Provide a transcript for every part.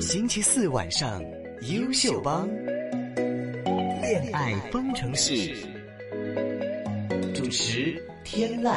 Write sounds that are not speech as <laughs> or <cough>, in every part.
星期四晚上，优秀帮恋爱方程式，主持天籁。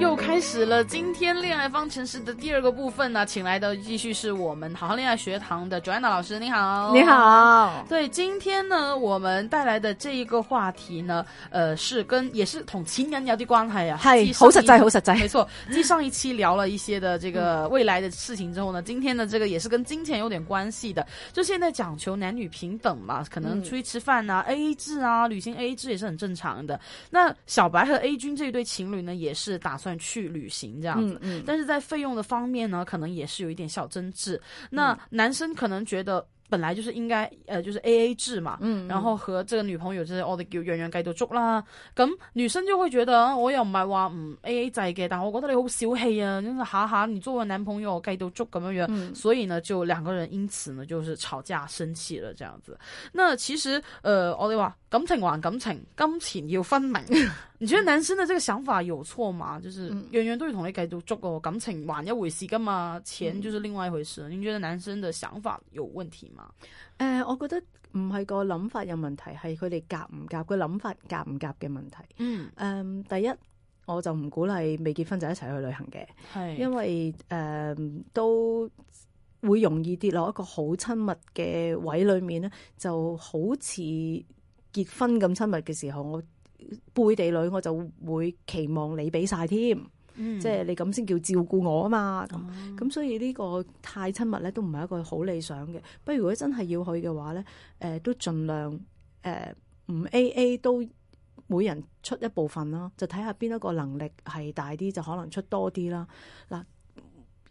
又开始了今天恋爱方程式的第二个部分呢，请来的继续是我们好好恋爱学堂的 Joanna 老师，你好，你。好，对，今天呢，我们带来的这一个话题呢，呃，是跟也是同情人有啲关系啊，係繼上一好實際好嗯實際没 <laughs> 错。继上一期聊了一些的这个未来的事情之后呢，今天的这个也是跟金钱有点关系的，就现在讲求男女平等嘛，可能嗯出去吃饭啊、A A 制啊，旅行 A A 制也是很正常的。那小白和 A 君这一对情侣呢，也是打算去旅行这样子。嗯但是在费用的方面呢，可能也是有一点小争执。那男生可能觉得本来就是应该呃，就是 A A 制嘛，嗯然後和這個女朋友即係我哋叫樣樣計到足啦。咁女生就會覺得啊我又唔係話唔 A A 制嘅，但我覺得你好小氣啊，真係下下你作為男朋友我計到足咁樣樣。嗯所以呢，就兩個人因此呢就是吵架生氣了，這樣子。那其實呃，我哋話感情還感情，金錢要分明。你覺得男生的這個想法有錯嗎？就是嗯樣樣都要同你計到足哦，感情還一回事噶嘛，嗯錢就是另外一回事。你覺得男生的想法有問題嗎？诶、呃我覺得唔係個諗法有問題，係佢哋夾唔夾個諗法夾唔夾嘅問題。嗯，诶、第一。我就唔鼓勵未結婚就一齊去旅行嘅，係因為誒、呃都會容易跌落一個好親密嘅位裡面咧，就好似結婚咁親密嘅時候，我呃背地裏我就會期望你俾晒添，嗯即係你咁先叫照顧我啊嘛咁。哦咁所以呢個太親密咧，都唔係一個好理想嘅。不過如果真係要去嘅話咧，誒、都盡量誒唔 A A 都每人出一部分啦，就睇下邊一個能力係大啲，就可能出多啲啦。嗱，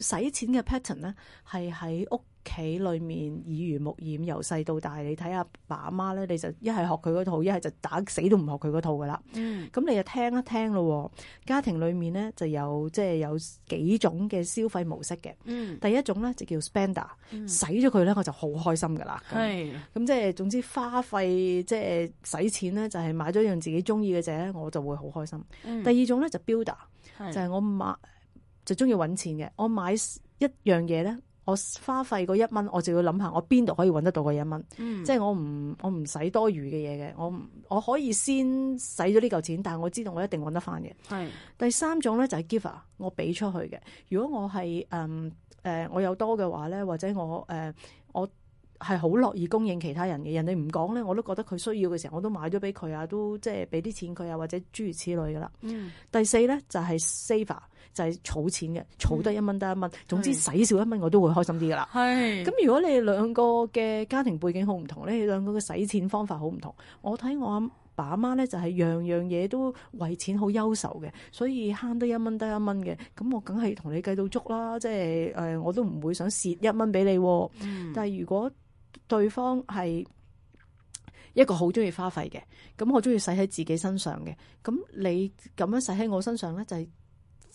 使錢嘅 pattern 咧係喺屋。企裏面耳濡目染，由細到大，你睇下爸媽咧，你就一係學佢嗰套，一係就打死都唔學佢嗰套噶啦。嗯咁你就聽一聽咯喎。家庭裏面咧就有即係有幾種嘅消費模式嘅。嗯第一種咧就叫 spender，嗯使咗佢咧我就好開心噶啦。咁係咁即係總之花費即係使錢咧，就係買咗樣自己中意嘅嘢咧，我就會好開心。嗯第二種咧就 builder，係就係我買就中意揾錢嘅，我買一樣嘢咧。我花費嗰一蚊，我就要諗下我邊度可以揾得到嗰一蚊，嗯即係我唔我唔使多餘嘅嘢嘅，我唔我可以先使咗呢嚿錢，但係我知道我一定揾得翻嘅。係第三種咧就係 giver，我俾出去嘅。如果我係誒誒我有多嘅話咧，或者我誒、呃我係好樂意供應其他人嘅，人哋唔講咧，我都覺得佢需要嘅時候，我都買咗俾佢啊，都即係俾啲錢佢啊，或者諸如此類噶啦。嗯第四咧就係、saver，就係儲錢嘅，儲得一蚊得一蚊，總之係使少一蚊我都會開心啲噶啦。係咁如果你兩個嘅家庭背景好唔同咧，你兩個嘅使錢方法好唔同。我睇我阿爸阿媽咧就係樣樣嘢都為錢好憂愁嘅，所以慳得一蚊得一蚊嘅，咁我梗係同你計到足啦，即係誒、呃我都唔會想蝕一蚊俾你喎。嗯但係如果對方係一個好中意花費嘅，咁我中意使喺自己身上嘅，咁你咁樣使喺我身上咧就係、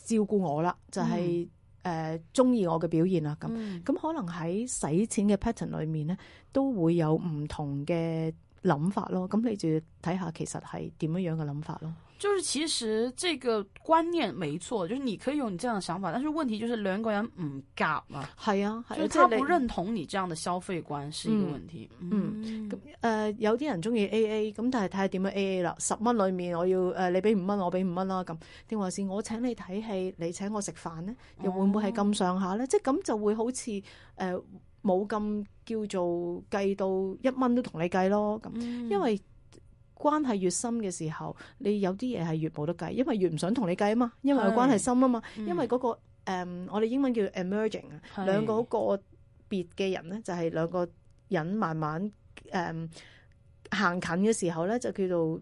照顧我啦，就係誒中意我嘅表現啦咁。嗯咁可能喺使錢嘅 pattern 裏面咧，都會有唔同嘅諗法咯。咁你就要睇下其實係點樣樣嘅諗法咯。就是其實這個觀念沒錯，就是你可以有你這樣的想法，但是問題就是兩個人唔夾啊，係啊，就是他不認同你這樣的消費觀是一個問題。嗯咁誒、呃有啲人中意 A A，咁但係睇下點樣 A A 啦。十蚊裏面我要誒、你俾五蚊，我俾五蚊啦咁。定還是我請你睇戲，你請我食飯咧，又會唔會哦係咁上下咧？即係咁就會好似誒冇咁叫做計到一蚊都同你計咯咁。嗯因為關係越深嘅時候，你有啲嘢係越冇得計，因為越唔想同你計啊嘛，因為個係關係深啊嘛，嗯因為嗰、個、誒我哋英文叫 emerging 啊，係兩個好個別嘅人咧，就係、兩個人慢慢誒、行近嘅時候咧，就叫做。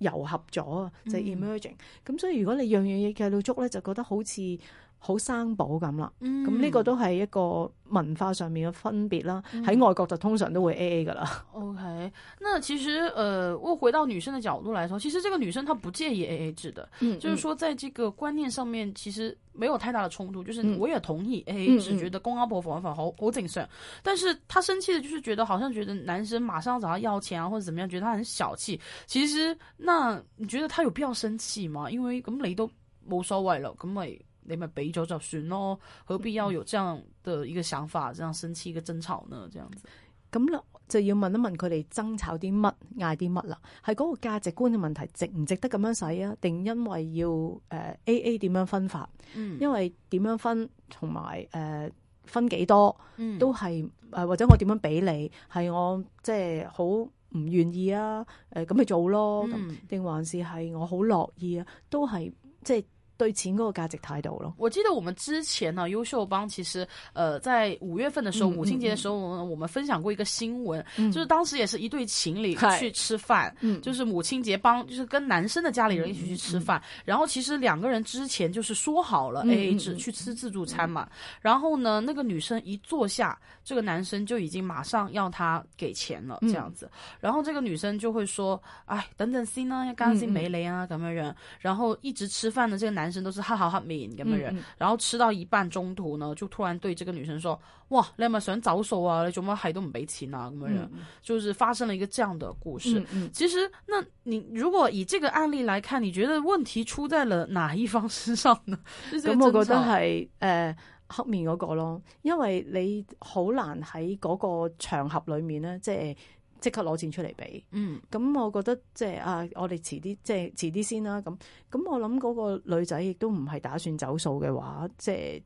糅合咗啊，就係嗯 emerging。咁、所以如果你樣樣嘢計到足咧，就覺得好似好生保咁啦。嗯咁呢個都係一個文化上面嘅分別啦。喺、外國就通常都會 A A 噶啦。 OK，那其实呃，我回到女生的角度来说，其实这个女生她不介意 AA 制的， <laughs> 嗯就是说在这个观念上面其实没有太大的冲突，就是嗯我也同意 AA 嗯制，觉得公阿婆反反好好谨慎，但是她生气的就是觉得好像觉得男生马上找她要钱啊或者怎么样，觉得她很小气。其实那你觉得她有必要生气吗？因为咁你都冇所谓咯，咁咪。你咪俾咗就算咯，何必嗯要有这样的一个想法，这样生气一个争吵呢？这样子，咁啦，就要問一問佢哋爭吵啲乜，嗌啲乜啦，係嗰個價值觀嘅問題，值唔值得咁樣使啊？定因為要誒 A A 點樣分法？嗯因為點樣分同埋誒分幾多嗯都係誒、呃或者我點樣俾你係我即係好唔願意啊？誒、咁咪做咯，咁嗯定、還是係我好樂意啊？都係即係對錢嗰個價值態度咯。我记得我们之前呢，优秀帮其实呃，在五月份的时候，嗯母亲节的时候呢，我们分享过一个新闻，就是当时也是一对情侣嗨去吃饭，嗯就是母亲节帮，就是跟男生的家里人一起去吃饭，然后其实两个人之前就是说好了嗯 A A 嗯制嗯去吃自助餐嘛，然后呢，那个女生一坐下，这个男生就已经马上要她给钱了，这嗯样子，然后这个女生就会说，哎，等等先啦，要干先嗯嗯没雷啊，咁样人，然后一直吃饭的这个男生都是哈好哈面咁样人嗯嗯，然后吃到一半中途呢，就突然对这个女生说，哇，你系咪想走数啊？你做乜系都唔俾钱啊？咁样人，就是发生了一个这样的故事。嗯嗯其实，那你如果以这个案例来看，你觉得问题出在了哪一方身上呢？就是这咁个争我覺得吵係誒、呃黑面嗰個咯，因為你好難喺嗰個場合裡面咧，即係即刻攞錢出嚟俾。嗯咁我覺得即係啊，我哋遲啲即係遲啲先啦。咁咁我諗嗰個女仔亦都唔係打算走數嘅話，即係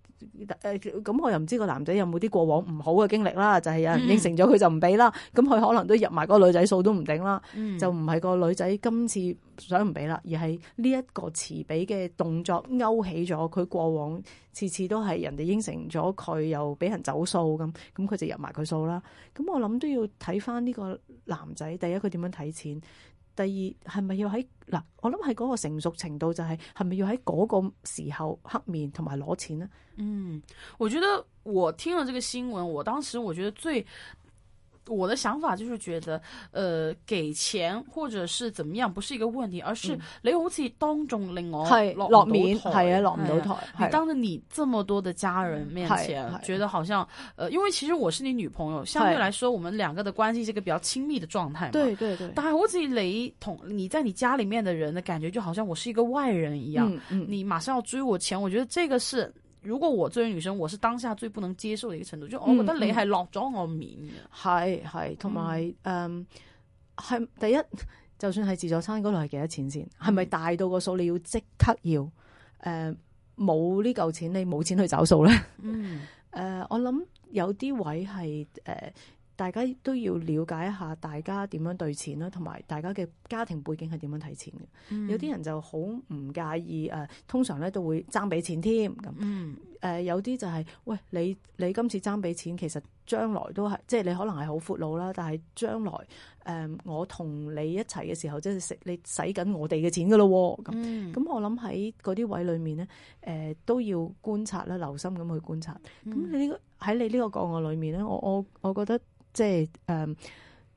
誒咁我又唔知個男仔有冇啲過往唔好嘅經歷啦，就係、有人應承咗佢就唔俾啦，咁佢、可能都入埋嗰個女仔數都唔定啦。嗯，就唔係個女仔今次想唔俾啦，而係呢一個慈悲嘅動作勾起咗佢過往次次都係人哋應承咗佢又俾人走數咁，咁佢就入埋佢數啦。咁我諗都要睇翻呢個男仔，第一佢點樣睇錢，第二係咪要喺嗱，我諗係嗰個成熟程度就係係咪要喺嗰個時候黑面同埋攞錢呢？嗯，我觉得我听了这个新闻，我当时我觉得最。我的想法就是觉得，呃，给钱或者是怎么样，不是一个问题，而是你好似當眾令我係哦落落唔到面台係啊，落唔係到啊台你係当着你这么多的家人面前嗯嗨，觉得好像呃，因为其实我是你女朋友，相对嗨来说我们两个的关系是一个比较亲密的状态嘛。對對對，但系好似你同你在你家里面的人的感觉，就好像我是一个外人一样，嗯嗯你马上要追我钱，我觉得这个是。如果我作为女生，我是当下最不能接受的一个程度，就我嗯觉得你嗯系落咗我面啊嘅，係係，同埋誒係第一，就算係自助餐嗰度係幾多錢先？係咪大到個數你要即刻要？誒冇呢嚿錢，你冇錢去找數 <laughs> 咧？誒、嗯呃我諗有啲位係誒。大家都要了解一下大家點樣對錢啦，同埋大家嘅家庭背景係點樣睇錢嘅。嗯有啲人就好唔介意誒、呃通常咧都會爭俾錢添咁。嗯誒、呃有啲就係、喂你你今次爭俾錢，其實將來都係即係你可能係好闊佬啦，但係將來誒、呃我同你一齊嘅時候，即係食你使緊我哋嘅錢噶咯喎咁。嗯咁我諗喺嗰啲位裏面咧，誒、呃都要觀察啦，留心咁去觀察。咁嗯你呢個喺你呢個個案裏面咧，我我我覺得即係誒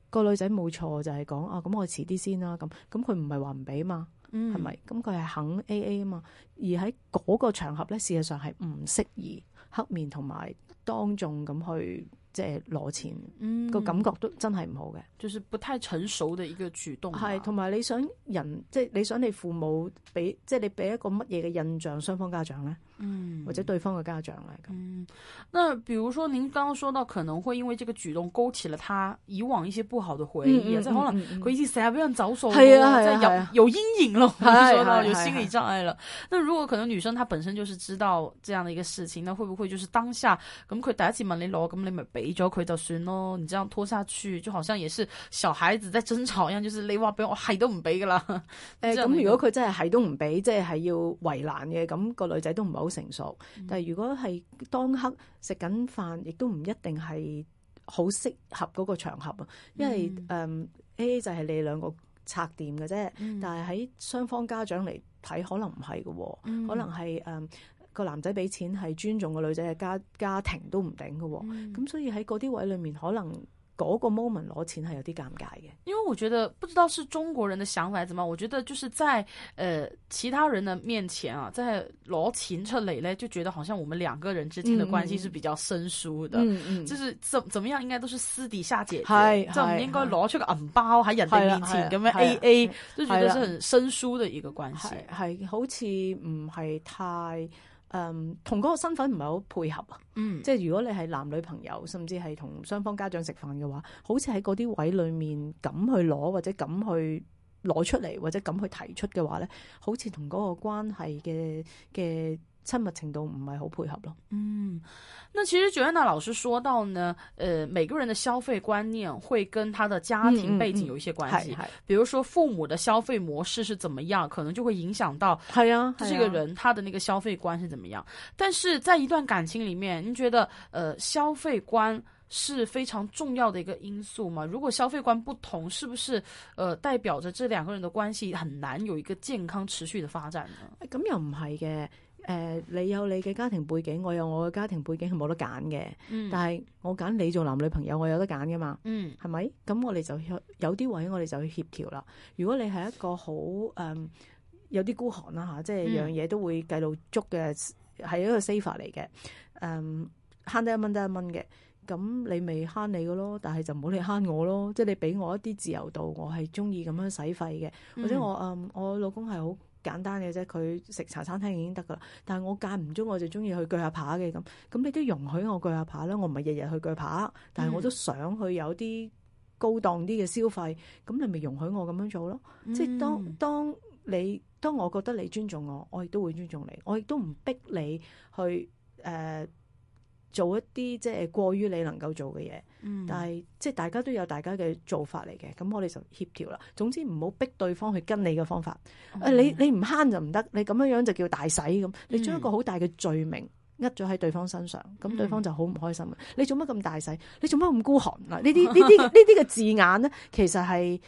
個女仔冇錯，就係講啊，咁我遲啲先啦。咁咁佢唔係話唔俾嘛，嗯係咪？咁佢係肯 A A 啊嘛，而喺嗰個場合咧，事實上係唔適宜黑面同埋當眾咁去即係攞錢，嗯個感覺都真係唔好嘅。就是不太成熟的一个举动吧，係，同埋你想人即係你想你父母俾即係你俾一個乜嘢嘅印象雙方家長咧，嗯或者對方嘅家長咧咁。嗯，那比如说您刚刚说到可能会因为这个举动勾起了他以往一些不好的回忆，嗯嗯即係可能嗯嗯嗯佢以前成日俾人走數，係啊係啊即係係有啊有陰影咯，我们係说到係有係心理障礙了。那如果可能女生她本身就是知道这样的一个事情，那会不会就是当下嗯咁佢第一次問你攞，咁你咪俾咗佢就算咯，你这样拖下去，就好像也是小孩子在爭吵一樣，就是你 <laughs> 話俾我係都唔俾噶啦。誒之後咁你如果佢真係係都唔俾，即係係要為難嘅，咁、個女仔都唔係好成熟。嗯但係如果係當刻食緊飯，亦都唔一定係好適合嗰個場合啊，因為誒、嗯 A A 就係你兩個拆掂嗯嘅啫，但係喺雙方家長嚟睇，可能唔係嘅喎，可能係誒。嗯個男仔俾錢係尊重個女仔嘅家家庭都唔頂嘅喎。嗯咁、所以喺嗰啲位裏面，可能嗰個 moment 攞錢係有啲尷尬嘅。因为我觉得不知道是中国人的想法怎么样，我觉得就是在呃其他人的面前啊，在罗琴这里呢，就觉得好像我们两个人之间的关系是比较生疏的。嗯嗯就是怎怎麼樣，應該都是私底下解係決，就唔係應該攞出個銀包喺人哋面前咁樣係啊係 A 啊 A，就覺係啊得係啊是很生疏的一個關係。係係好似唔係太誒同嗰個身份唔係好配合啊。嗯，即係如果你係男女朋友，甚至係同雙方家長食飯嘅話，好似喺嗰啲位裏面敢去攞或者敢去攞出嚟或者敢去提出嘅話咧，好似同嗰個關係嘅嘅親密程度唔係好配合咯。嗯，那其實 Joanna 老師說到呢，呃，每個人的消費觀念會跟他的家庭背景有一些關係，係係比如說父母的消費模式是怎麼樣，可能就會影響到係啊，这個人他的那個消費觀是怎麼樣。但是在一段感情裡面，您覺得呃消費觀是非常重要的一個因素嗎？如果消費觀不同，是不是呃代表着這兩個人的關係很難有一個健康持續的發展呢？咁又唔係嘅。誒、你有你嘅家庭背景，我有我嘅家庭背景，係冇得揀嘅。嗯但係我揀你做男女朋友，我有得揀噶嘛。嗯係咪？咁我哋就去有啲位我哋就去協調啦。如果你係一個好誒、嗯有啲孤寒啦嚇，即係嗯樣嘢都會計到足嘅，係一個 saver 嚟嘅。誒、嗯慳得一蚊得一蚊嘅，咁你咪慳你嘅咯。但係就唔好你慳我咯，即係你俾我一啲自由度，我係中意咁樣使費嘅，或者我誒、嗯我老公係好。簡單嘅啫，佢食茶餐廳已經得噶啦。但係我間唔中我就中意去鋸下扒嘅咁，咁你都容許我鋸下扒啦。我唔係日日去鋸扒，但係我都想去有啲高檔啲嘅消費，咁你咪容許我咁樣做咯。嗯即係當當你當我覺得你尊重我，我亦都會尊重你，我亦都唔逼你去誒、呃做一啲即係過於你能夠做嘅嘢。嗯但係即係大家都有大家嘅做法嚟嘅，咁我哋就協調啦。總之唔好逼對方去跟你嘅方法。哦嗯誒、你你唔慳就唔得，你咁樣樣就叫大洗咁。嗯你將一個好大嘅罪名。呃咗喺對方身上，咁對方就好唔開心嘅。你做乜咁大洗？你做乜咁孤寒啊？呢啲 <laughs> 呢啲呢啲嘅字眼咧，其實係誒、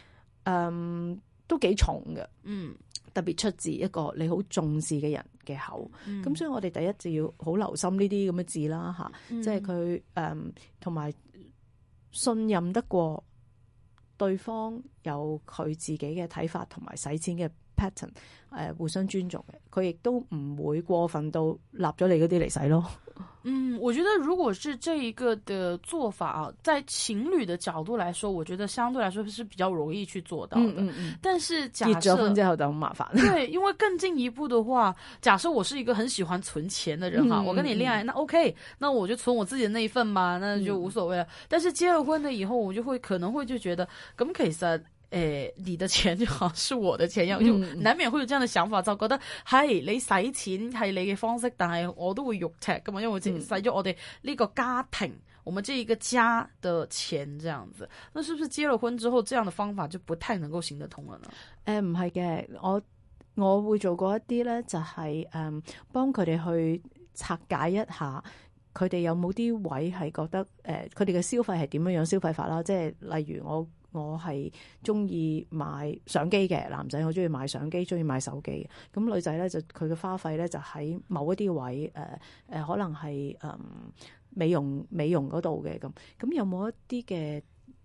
嗯都幾重嘅，嗯特別出自一個你好重視嘅人嘅口。嗯咁、所以我哋第一就要好留心呢啲咁嘅字啦，嚇。嗯即係佢誒同埋信任得過對方有佢自己嘅睇法同埋使錢嘅 pattern，誒、互相尊重嘅，佢亦都唔會過分到立咗你嗰啲嚟使咯。嗯，我觉得如果是这一个的做法啊，在情侣的角度来说，我觉得相对来说是比较容易去做到的。嗯，但是假結咗设婚之後就好麻煩。 <laughs> 对，因为更进一步的话，假设我是一个很喜欢存钱的人哈，嗯我跟你恋爱，那 OK，那我就存我自己的那一份嘛，那就嗯无所谓了。但是结了婚了以后，我就会可能会就觉得，咁其实。诶、你的錢就好像是我的錢一樣，就嗯難免會有這樣的想法，就覺得係你使錢係你嘅方式，但係我都會肉赤噶嘛，因為我自己嗯使咗我哋呢個家庭，我們這一個家的錢這樣子，那是不是結了婚之後，這樣的方法就不太能夠行得通了呢？誒呃唔係嘅，我我會做過一啲咧，就係、誒、幫佢哋去拆解一下。佢哋有冇啲位係覺得誒，佢哋嘅消費係點樣樣消費法啦？即係例如我我係中意買相機嘅男仔，我中意買相機，中意買手機嘅。咁女仔咧就佢嘅花費咧就喺某一啲位誒誒、呃可能係誒、嗯美容美容嗰度嘅咁。咁有冇一啲嘅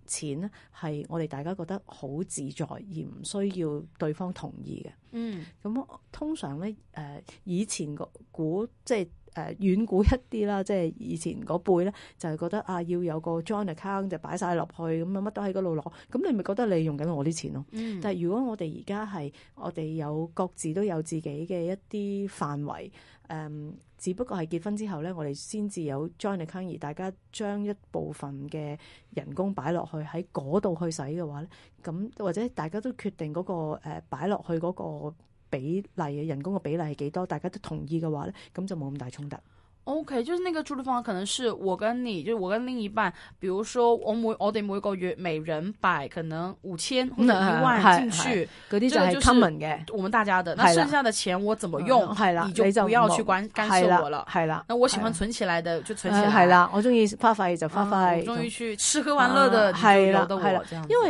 錢咧係我哋大家覺得好自在，而唔需要對方同意嘅？嗯。咁我通常咧，誒、以前個股即係誒、遠古一啲啦，即係以前嗰輩咧，就係、覺得啊，要有個 joint account 就擺晒落去，咁啊乜都喺嗰度攞，咁你咪覺得你用緊我啲錢咯。嗯但係如果我哋而家係我哋有各自都有自己嘅一啲範圍，誒、嗯只不過係結婚之後咧，我哋先至有 joint account，而大家將一部分嘅人工擺落去喺嗰度去使嘅話咧，咁或者大家都決定嗰、個誒擺落去嗰個比例嘅人工嘅比例係幾多，大家都同意嘅話咧，咁就冇咁大衝突。 OK，就是那個住的方法可能是我跟你，就是我跟另一半，比如說我每我哋每個月每人擺可能五千或者一萬係進去，嗰啲就呢個係就是 common 嘅，我們大家的，係那啦剩下的錢我怎麼用，係啦，你啊你就不要去干干涉我了。係啦。那我喜係歡啦存起來的就存起誒來，係啦，我中意花費就啊，花費。我中意去吃喝玩樂的，啊你就係啦由得我係啦這樣子，因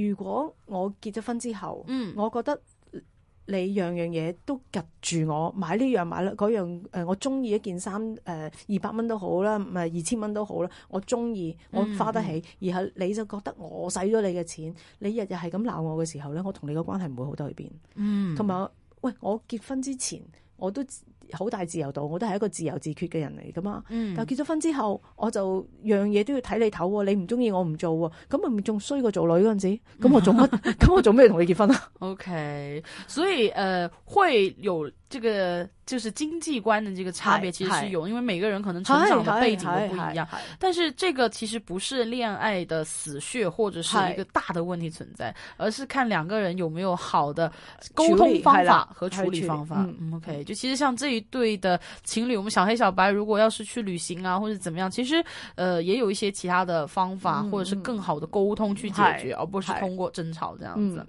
為如果我結咗婚之後，嗯我覺得你樣樣嘢都夾住我買呢樣買啦嗰樣誒、呃我中意一件衫誒二百蚊都好啦，唔係二千蚊都好啦，我中意我嗯花得起，而係你就覺得我使咗你嘅錢，你日日係咁鬧我嘅時候咧，我同你嘅關係唔會好得去邊。嗯，同埋喂，我結婚之前我都好大自由度，我都係一個自由自決嘅人嚟噶嘛。嗯但係結咗婚之後，我就樣嘢都要睇你頭喎，你唔中意我唔做喎，咁咪仲衰過做女嗰陣時，咁 <laughs> 我做乜？咁我做咩同你結婚啊？ OK，所以呃，会有这个就是经济观的这个差别，嗨其实嗨是有，因为每个人可能成长的背景都不一样。係，係係但是这个其实不是恋爱的死穴或者是一个大的问题存在，而是看两个人有没有好的沟处通理方还法有和还处有理处理方法嗯。嗯 OK，就其实像这一对的情侣，我们小黑小白如果要是去旅行啊或者怎么样，其实呃也有一些其他的方法嗯或者是嗯更好的沟通去解嗨决，而不是嗨通过争吵这样嗯子。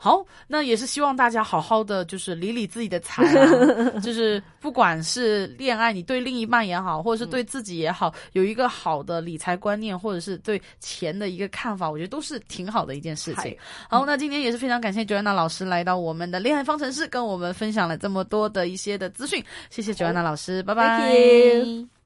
好，那也是希望大家好好的就是理理自己的财、 <laughs> 啊，就是不管是恋爱，你对另一半也好，或者是嗯对自己也好，有一个好的理财观念，或者是对钱的一个看法，我觉得都是挺好的一件事情。好，那今天也是非常感谢 Joanna 老师来到我们的恋爱方程式，跟我们分享了这么多的一些的资讯，谢谢 Joanna 老师，拜拜。 Thank you